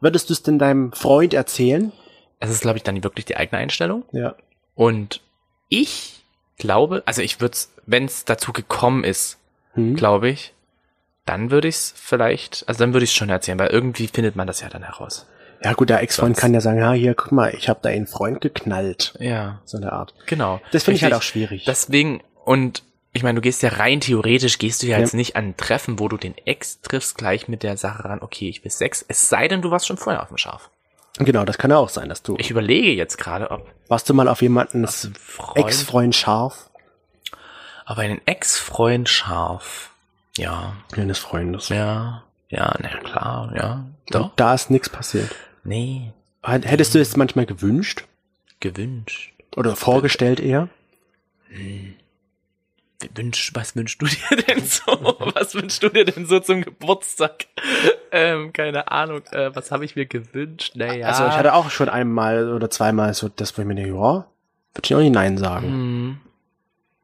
S1: Würdest du es denn deinem Freund erzählen?
S2: Es ist, glaube ich, dann wirklich die eigene Einstellung.
S1: Ja.
S2: Und ich glaube, also ich würde es, wenn es dazu gekommen ist,
S1: Hm?
S2: glaube ich, dann würde ich es vielleicht, also dann würde ich es schon erzählen, weil irgendwie findet man das ja dann heraus.
S1: Ja gut, der Ex-Freund
S2: Sonst-
S1: kann ja sagen, ja hier, guck mal, ich habe da einen Freund geknallt.
S2: Ja,
S1: So eine Art.
S2: genau.
S1: Das finde ich halt
S2: Richtig.
S1: auch schwierig.
S2: Deswegen, und ich meine, du gehst ja rein theoretisch, gehst du ja
S1: Ja.
S2: jetzt nicht an ein Treffen, wo du den Ex triffst, gleich mit der Sache ran, okay, ich will Sex, es sei denn, du warst schon vorher auf dem Schaf.
S1: genau, das kann ja auch sein, dass du...
S2: Ich überlege jetzt gerade, ob
S1: warst du mal auf jemandens
S2: ein Freund,
S1: Ex-Freund scharf?
S2: auf einen Ex-Freund scharf. Ja,
S1: Eines Freundes.
S2: ja, ja, na klar, ja, doch,
S1: Und Da ist nichts passiert.
S2: nee,
S1: Hättest du es manchmal gewünscht?
S2: gewünscht.
S1: Oder vorgestellt eher?
S2: Wünsch, was wünschst du dir denn so? Was wünschst du dir denn so zum Geburtstag? Ähm, keine Ahnung, äh, was habe ich mir gewünscht? Naja.
S1: Also ich hatte auch schon einmal oder zweimal so das, wo ich mir denke, ja, würde ich auch nicht Nein sagen.
S2: Mhm.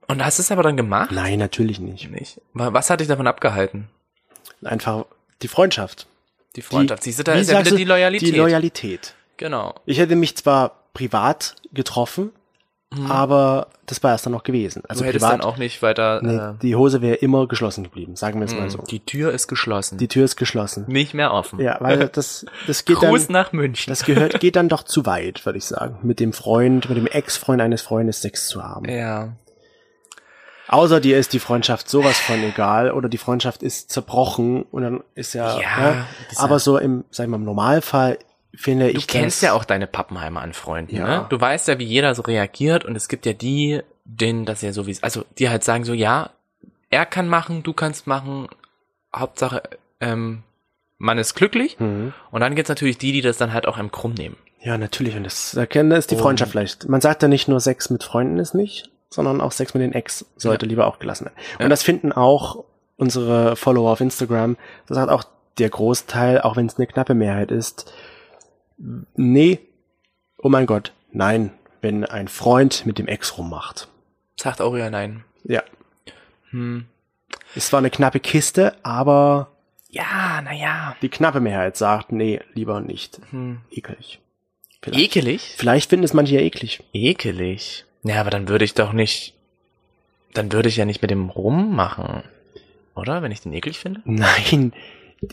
S2: Und hast du es aber dann gemacht?
S1: Nein, natürlich nicht.
S2: Nicht. Wa- Was hat dich davon abgehalten?
S1: Einfach die Freundschaft.
S2: Die Freundschaft. Siehst du, da ist ja
S1: sagst
S2: wieder
S1: du,
S2: die Loyalität.
S1: Die Loyalität.
S2: genau.
S1: Ich hätte mich zwar privat getroffen, aber das war es dann noch gewesen. Also
S2: Also Mhm. du hättest
S1: privat,
S2: dann auch äh, nicht weiter.
S1: nee, die Hose wäre immer geschlossen geblieben, sagen wir
S2: äh,
S1: es mal so.
S2: Die Tür ist geschlossen.
S1: Die Tür ist geschlossen.
S2: nicht mehr offen.
S1: Ja, weil das, das geht dann...
S2: Mhm. Gruß nach München.
S1: Das gehört, geht dann doch zu weit, würde ich sagen, mit dem Freund, mit dem Ex-Freund eines Freundes Sex zu haben.
S2: ja.
S1: Außer dir ist die Freundschaft sowas von egal oder die Freundschaft ist zerbrochen und dann ist ja.
S2: Ja,
S1: ne?
S2: wie gesagt.
S1: aber so im, sag ich mal, im Normalfall finde
S2: Du
S1: ich.
S2: kennst
S1: das,
S2: ja auch deine Pappenheimer an Freunden,
S1: Ja.
S2: ne? Du weißt ja, wie jeder so reagiert und es gibt ja die, denen das ja so wie also die halt sagen so, ja, er kann machen, du kannst machen, Hauptsache, ähm, man ist glücklich.
S1: Mhm.
S2: Und dann gibt's natürlich die, die das dann halt auch im Krumm nehmen.
S1: Ja, natürlich. Und das erkennen ist die
S2: Und-
S1: Freundschaft vielleicht. Man sagt ja nicht nur Sex mit Freunden ist nicht, sondern auch Sex mit den Ex sollte lieber auch gelassen werden. Und
S2: Ja.
S1: das finden auch unsere Follower auf Instagram. Das sagt auch der Großteil, auch wenn es eine knappe Mehrheit ist. Nee, oh mein Gott, nein, wenn ein Freund mit dem Ex rummacht.
S2: Sagt auch ja nein.
S1: Ja,
S2: Hm.
S1: es war eine knappe Kiste, aber
S2: Ja, naja.
S1: die knappe Mehrheit sagt, nee, lieber nicht.
S2: Hm.
S1: Ekelig. Vielleicht.
S2: Ekelig?
S1: Vielleicht finden es manche ja eklig.
S2: Ekelig. Ja, aber dann würde ich doch nicht, dann würde ich ja nicht mit dem rummachen. Oder? Wenn ich den eklig finde?
S1: Nein,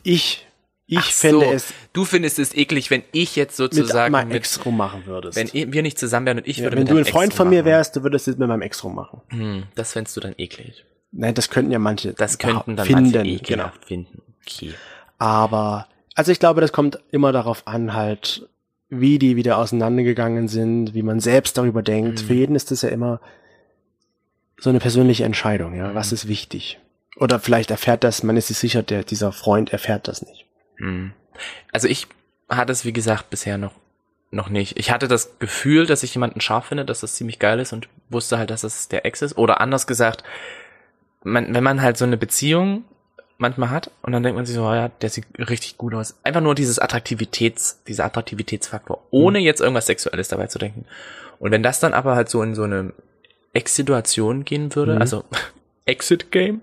S1: ich, ich
S2: Ach so,
S1: fände es
S2: Du findest es eklig, wenn ich jetzt
S1: mit
S2: sozusagen
S1: meinem
S2: mit-
S1: Ex rummachen würdest.
S2: Wenn i- wir nicht zusammen wären und ich
S1: ja,
S2: würde
S1: wenn
S2: mit
S1: du ein
S2: deinem Ex
S1: Freund von mir
S2: rummachen.
S1: wärst, du würdest es mit meinem Ex rummachen.
S2: Hm, das fändest du dann eklig.
S1: Nein, das könnten ja manche
S2: Das könnten dann
S1: finden.
S2: manche eh, eklig
S1: genau.
S2: finden. Okay.
S1: Aber, also ich glaube, das kommt immer darauf an, halt, wie die wieder auseinandergegangen sind, wie man selbst darüber denkt.
S2: Mhm.
S1: Für jeden ist das ja immer so eine persönliche Entscheidung, ja. Was
S2: Mhm.
S1: ist wichtig? Oder vielleicht erfährt das, man ist sich sicher, der, dieser Freund erfährt das nicht.
S2: Hm. Also ich hatte es, wie gesagt, bisher noch, noch nicht. Ich hatte das Gefühl, dass ich jemanden scharf finde, dass das ziemlich geil ist und wusste halt, dass es der Ex ist. Oder anders gesagt, man, wenn man halt so eine Beziehung manchmal hat und dann denkt man sich so, oh ja, der sieht richtig gut aus. Einfach nur dieses Attraktivitäts, dieser Attraktivitätsfaktor, ohne jetzt irgendwas Sexuelles dabei zu denken. Und wenn das dann aber halt so in so eine Ex-Situation gehen würde,
S1: Mhm.
S2: also Exit-Game,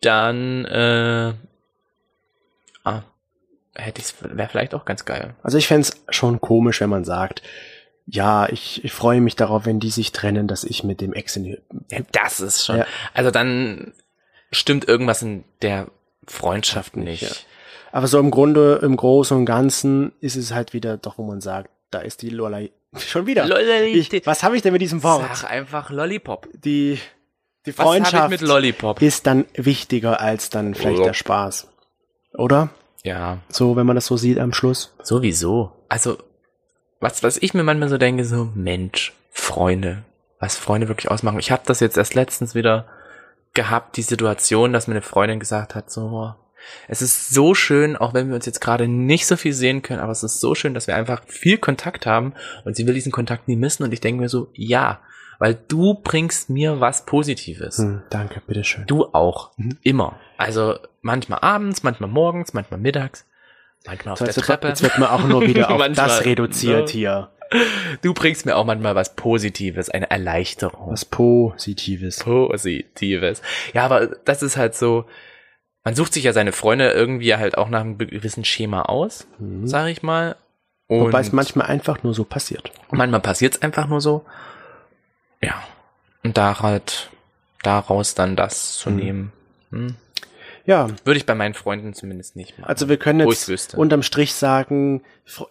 S2: dann äh, ah, hätte ich wäre vielleicht auch ganz geil.
S1: Also ich fänd's schon komisch, wenn man sagt, ja, ich, ich freue mich darauf, wenn die sich trennen, dass ich mit dem Ex in die
S2: Ja, das ist schon.
S1: Ja.
S2: Also dann stimmt irgendwas in der Freundschaft
S1: Nicht,
S2: nicht.
S1: Aber so im Grunde, im Großen und Ganzen ist es halt wieder doch, wo man sagt, da ist die Lolli schon wieder. Ich,
S2: Lollipop.
S1: was habe ich denn mit diesem
S2: Sag
S1: Wort?
S2: einfach Lollipop.
S1: Die, die
S2: Was habe ich
S1: Freundschaft
S2: mit Lollipop?
S1: ist dann wichtiger als dann vielleicht
S2: Ja.
S1: der Spaß. Oder?
S2: Ja,
S1: So, wenn man das so sieht am Schluss.
S2: sowieso. Also was, was ich mir manchmal so denke, so, Mensch, Freunde, was Freunde wirklich ausmachen. Ich habe das jetzt erst letztens wieder gehabt, die Situation, dass mir eine Freundin gesagt hat, so, oh, es ist so schön, auch wenn wir uns jetzt gerade nicht so viel sehen können, aber es ist so schön, dass wir einfach viel Kontakt haben und sie will diesen Kontakt nie missen und ich denke mir so, ja, weil du bringst mir was Positives.
S1: Hm, Mhm. danke, bitteschön.
S2: Du auch. Immer. Also manchmal abends, manchmal morgens, manchmal mittags, manchmal auf
S1: So,
S2: der
S1: jetzt, wird-
S2: Treppe.
S1: jetzt wird man auch nur wieder auf
S2: Manchmal,
S1: das reduziert
S2: ne?
S1: hier.
S2: Du bringst mir auch manchmal was Positives, eine Erleichterung.
S1: Was Positives.
S2: Positives. Ja, aber das ist halt so, man sucht sich ja seine Freunde irgendwie halt auch nach einem gewissen Schema aus,
S1: Mhm.
S2: sag ich mal. Und
S1: Wobei es manchmal einfach nur so passiert.
S2: manchmal passiert es einfach nur so. Ja. Und da halt, daraus dann das zu
S1: Mhm.
S2: nehmen. Hm.
S1: Ja,
S2: Würde ich bei meinen Freunden zumindest nicht machen.
S1: also wir können
S2: Wo
S1: jetzt
S2: ich's wüsste.
S1: unterm Strich sagen, Fr-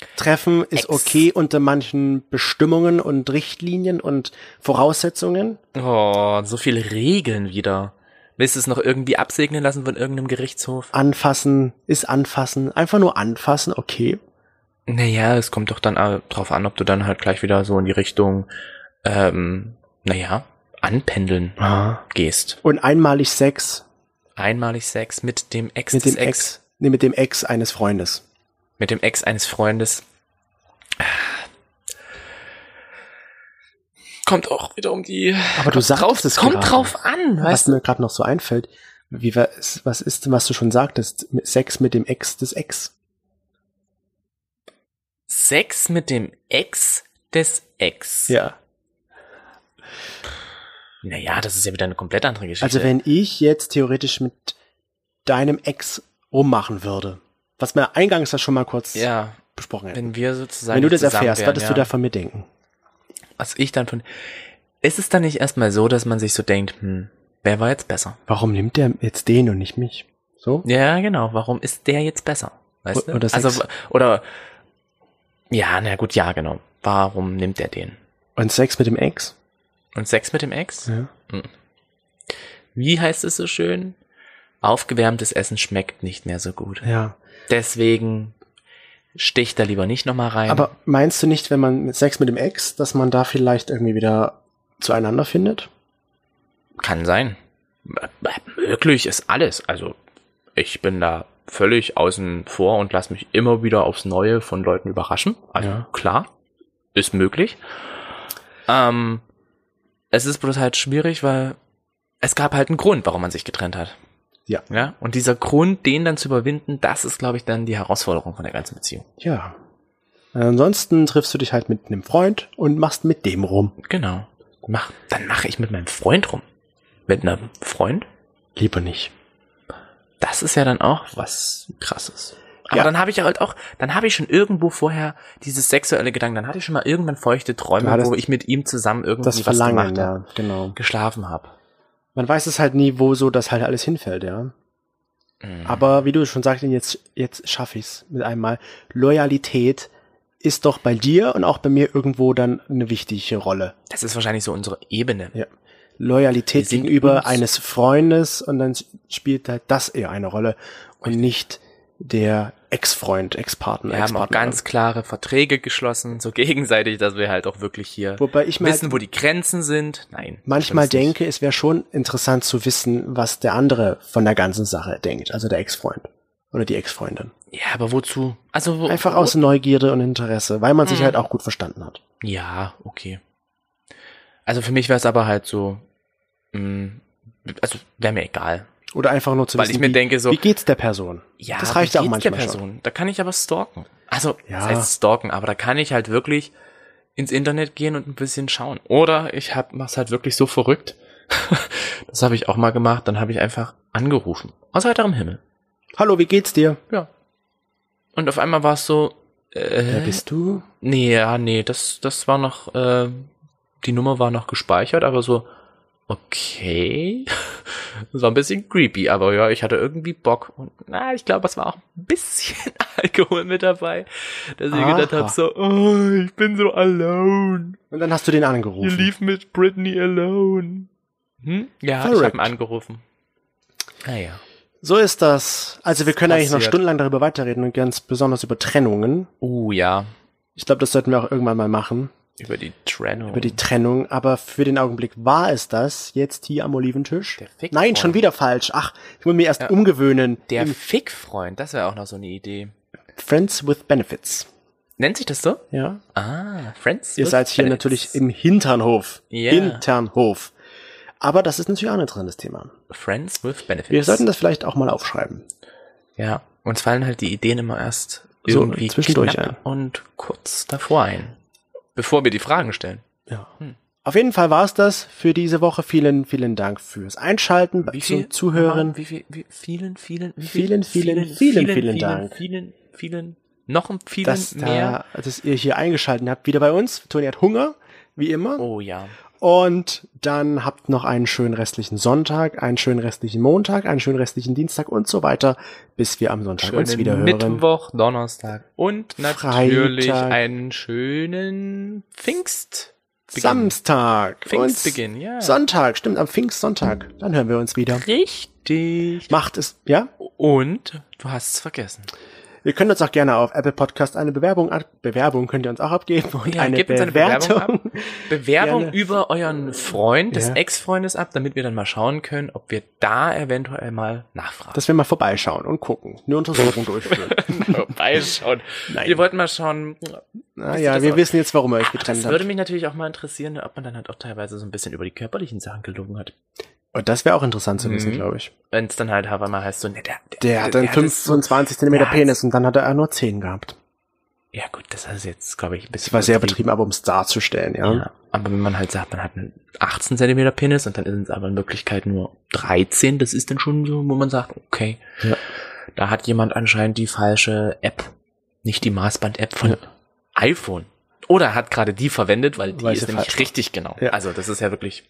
S1: Ex-Treffen ist
S2: Ex.
S1: okay unter manchen Bestimmungen und Richtlinien und Voraussetzungen.
S2: oh, so viele Regeln wieder. Willst du es noch irgendwie absegnen lassen von irgendeinem Gerichtshof?
S1: Anfassen ist anfassen. Einfach nur anfassen, okay.
S2: Naja, es kommt doch dann äh, drauf an, ob du dann halt gleich wieder so in die Richtung, ähm, naja, anpendeln gehst.
S1: Und einmalig Sex
S2: Einmalig Sex mit dem Ex
S1: mit
S2: des
S1: dem Ex. Nee, mit dem Ex eines Freundes.
S2: mit dem Ex eines Freundes. Kommt auch wieder um die.
S1: Aber du sagst
S2: drauf,
S1: es
S2: kommt
S1: gerade.
S2: drauf an,
S1: Was
S2: weißt du?
S1: mir gerade noch so einfällt, wie, wa- was ist denn, was du schon sagtest? mit Sex mit dem Ex des Ex.
S2: Sex mit dem Ex des Ex.
S1: Ja.
S2: Naja, das ist ja wieder eine komplett andere Geschichte.
S1: Also wenn ich jetzt theoretisch mit deinem Ex rummachen würde, was wir eingangs ja schon mal kurz
S2: ja,
S1: besprochen hätten.
S2: wenn wir sozusagen.
S1: Wenn du das
S2: zusammen
S1: erfährst,
S2: wären,
S1: würdest
S2: ja.
S1: du davon mitdenken?
S2: Was ich dann von. Ist es dann nicht erstmal so, dass man sich so denkt, hm, wer war jetzt besser?
S1: Warum nimmt der jetzt den und nicht mich? So?
S2: Ja, genau. Warum ist der jetzt besser? Weißt
S1: O-
S2: du?
S1: oder
S2: also,
S1: Sex.
S2: oder. Ja, na gut, ja, genau. Warum nimmt er den?
S1: Und Sex mit dem Ex?
S2: Und Sex mit dem Ex?
S1: Ja.
S2: Wie heißt es so schön? Aufgewärmtes Essen schmeckt nicht mehr so gut.
S1: ja.
S2: Deswegen stich da lieber nicht nochmal rein.
S1: Aber meinst du nicht, wenn man mit Sex mit dem Ex, dass man da vielleicht irgendwie wieder zueinander findet?
S2: Kann sein. Möglich ist alles. Also ich bin da völlig außen vor und lasse mich immer wieder aufs Neue von Leuten überraschen. Also
S1: Ja.
S2: klar, ist möglich. Ähm, es ist bloß halt schwierig, weil es gab halt einen Grund, warum man sich getrennt hat.
S1: Ja.
S2: ja. Und dieser Grund, den dann zu überwinden, das ist, glaube ich, dann die Herausforderung von der ganzen Beziehung.
S1: Ja. Ansonsten triffst du dich halt mit einem Freund und machst mit dem rum.
S2: Genau. Mach, dann mache ich mit meinem Freund rum. Mit einem Freund?
S1: Lieber nicht.
S2: Das ist ja dann auch was krasses. Aber
S1: Ja.
S2: dann habe ich ja halt auch, dann habe ich schon irgendwo vorher dieses sexuelle Gedanken, dann hatte ich schon mal irgendwann feuchte Träume,
S1: Du hattest
S2: wo ich mit ihm zusammen irgendwie
S1: Das Verlangen,
S2: was gemacht habe,
S1: ja, genau.
S2: geschlafen habe.
S1: Man weiß es halt nie, wo so das halt alles hinfällt, ja.
S2: Mhm.
S1: Aber wie du schon sagst, jetzt, jetzt schaffe ich's mit einmal. Loyalität ist doch bei dir und auch bei mir irgendwo dann eine wichtige Rolle.
S2: das ist wahrscheinlich so unsere Ebene.
S1: Ja.
S2: Wir
S1: Loyalität
S2: sind
S1: gegenüber
S2: uns-
S1: eines Freundes und dann spielt halt das eher eine Rolle und nicht der Ex-Freund, Ex-Partner,
S2: Wir haben auch
S1: Ex-Partnerin.
S2: ganz klare Verträge geschlossen, so gegenseitig, dass wir halt auch wirklich hier
S1: Wobei ich mir halt
S2: wissen, wo die Grenzen sind. Nein.
S1: manchmal
S2: stimmt's nicht.
S1: denke, es wäre schon interessant zu wissen, was der andere von der ganzen Sache denkt, also der Ex-Freund oder die Ex-Freundin.
S2: Ja, aber wozu? Also wo,
S1: Einfach aus Neugierde und Interesse, weil man sich
S2: Mhm.
S1: halt auch gut verstanden hat.
S2: Ja, okay. Also für mich wäre es aber halt so, mh, also wäre mir egal.
S1: Oder einfach nur zu
S2: Weil
S1: wissen,
S2: ich mir
S1: wie,
S2: denke so-
S1: wie geht's der Person?
S2: Ja,
S1: das reicht
S2: wie
S1: auch
S2: geht's
S1: manchmal
S2: der
S1: schon.
S2: Person. Da kann ich aber stalken. Also,
S1: Ja.
S2: das heißt stalken, aber da kann ich halt wirklich ins Internet gehen und ein bisschen schauen. Oder ich hab, mach's halt wirklich so verrückt. das habe ich auch mal gemacht. Dann habe ich einfach angerufen. Aus heiterem Himmel.
S1: Hallo, wie geht's dir?
S2: Ja. Und auf einmal war es so, äh,
S1: Wer bist du?
S2: Nee, ja, nee, das, das war noch, äh, die Nummer war noch gespeichert, aber so, okay. Das war ein bisschen creepy, aber ja, ich hatte irgendwie Bock. Und na, ich glaube, es war auch ein bisschen Alkohol mit dabei, dass ich
S1: Aha.
S2: gedacht habe, so, oh, ich bin so alone.
S1: Und dann hast du den
S2: Ihr
S1: angerufen.
S2: lief mit Britney alone. Hm? Ja, ich
S1: Verrückt. Ah,
S2: habe ihn angerufen. Naja.
S1: So ist das. Also wir können eigentlich noch
S2: Passiert.
S1: stundenlang darüber weiterreden und ganz besonders über Trennungen.
S2: Uh, ja.
S1: Ich glaube, das sollten wir auch irgendwann mal machen.
S2: Über die Trennung.
S1: Über die Trennung. Aber für den Augenblick war es das. Jetzt hier am Oliventisch.
S2: Der Fickfreund.
S1: Nein, schon wieder falsch. Ach, ich muss mir erst
S2: Ja.
S1: umgewöhnen.
S2: Der
S1: Im
S2: Fickfreund, das wäre auch noch so eine Idee.
S1: Friends with Benefits.
S2: Nennt sich das so?
S1: Ja.
S2: Ah, Friends.
S1: Ihr
S2: with
S1: seid hier
S2: Benefits.
S1: natürlich im Hinternhof.
S2: Ja.
S1: Hinternhof. Aber das ist natürlich auch ein interessantes Thema.
S2: Friends with Benefits.
S1: Wir sollten das vielleicht auch mal aufschreiben.
S2: ja, uns fallen halt die Ideen immer erst
S1: So,
S2: irgendwie
S1: zwischendurch
S2: knapp und kurz davor ein. Bevor wir die Fragen stellen.
S1: Ja. Auf jeden Fall war es das für diese Woche. Vielen, vielen Dank fürs Einschalten,
S2: Wie viel
S1: zum Zuhören.
S2: Wie viel, wie, vielen, vielen, wie
S1: Vielen, vielen, vielen, vielen Dank.
S2: Vielen, vielen, noch ein vielen
S1: dass,
S2: mehr.
S1: da, dass ihr hier eingeschalten habt, wieder bei uns. Toni hat Hunger, wie immer.
S2: Oh ja.
S1: Und dann habt noch einen schönen restlichen Sonntag, einen schönen restlichen Montag, einen schönen restlichen Dienstag und so weiter, bis wir am Sonntag uns wieder hören.
S2: Mittwoch, Donnerstag und natürlich
S1: Freitag.
S2: einen schönen Pfingst.
S1: Samstag.
S2: Pfingstbeginn,
S1: und
S2: ja.
S1: Sonntag, stimmt, am Pfingstsonntag. Dann hören wir uns wieder.
S2: Richtig.
S1: Macht es, ja?
S2: Und du hast es vergessen.
S1: Wir können uns auch gerne auf Apple Podcast eine Bewerbung, ab- Bewerbung könnt ihr uns auch abgeben und
S2: Ja,
S1: eine,
S2: gebt uns eine
S1: Bewertung.
S2: Bewerbung ab. Bewerbung
S1: Gerne.
S2: über euren Freund, des
S1: Ja.
S2: Ex-Freundes ab, damit wir dann mal schauen können, ob wir da eventuell mal nachfragen.
S1: Dass wir mal vorbeischauen und gucken, eine Untersuchung durchführen.
S2: Vorbeischauen.
S1: Nein.
S2: Wir wollten mal schauen.
S1: Naja,
S2: das
S1: wir
S2: auch-
S1: wissen jetzt, warum ihr euch getrennt
S2: Das würde
S1: habt.
S2: mich natürlich auch mal interessieren, ob man dann halt auch teilweise so ein bisschen über die körperlichen Sachen gelogen hat.
S1: Und das wäre auch interessant zu wissen,
S2: Mhm.
S1: glaube ich.
S2: Wenn es dann halt aber mal heißt so, ne, der,
S1: Der hat einen
S2: das so-
S1: 25 Zentimeter
S2: der hat's-
S1: Penis und dann hat er nur 10 gehabt.
S2: Ja gut, das ist jetzt, glaube ich, ein bisschen
S1: Das war sehr übertrieben, aber um es darzustellen, ja.
S2: Ja, aber wenn man halt sagt, man hat einen 18 Zentimeter Penis und dann sind es aber in Wirklichkeit nur 13, das ist dann schon so, wo man sagt, okay,
S1: Ja.
S2: da hat jemand anscheinend die falsche App, nicht die Maßband-App von
S1: Ja.
S2: iPhone. Oder hat gerade die verwendet, weil die
S1: Weil sie
S2: ist nämlich
S1: falsch war.
S2: richtig genau.
S1: Ja.
S2: Also das ist ja wirklich,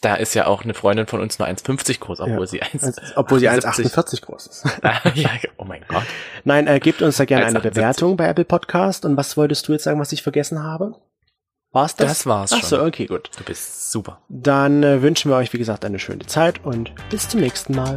S2: da ist ja auch eine Freundin von uns nur 1,50 groß, obwohl
S1: Ja.
S2: sie 1,
S1: Also, obwohl sie
S2: 1,78
S1: 1,48 groß ist.
S2: ja, oh mein Gott.
S1: Nein, äh, gebt uns da gerne eine
S2: 1,78.
S1: Bewertung bei Apple Podcast. Und was wolltest du jetzt sagen, was ich vergessen habe? War's das?
S2: Das war's
S1: Ach so,
S2: schon.
S1: okay, gut.
S2: Du bist super.
S1: Dann äh, wünschen wir euch, wie gesagt, eine schöne Zeit und bis zum nächsten Mal.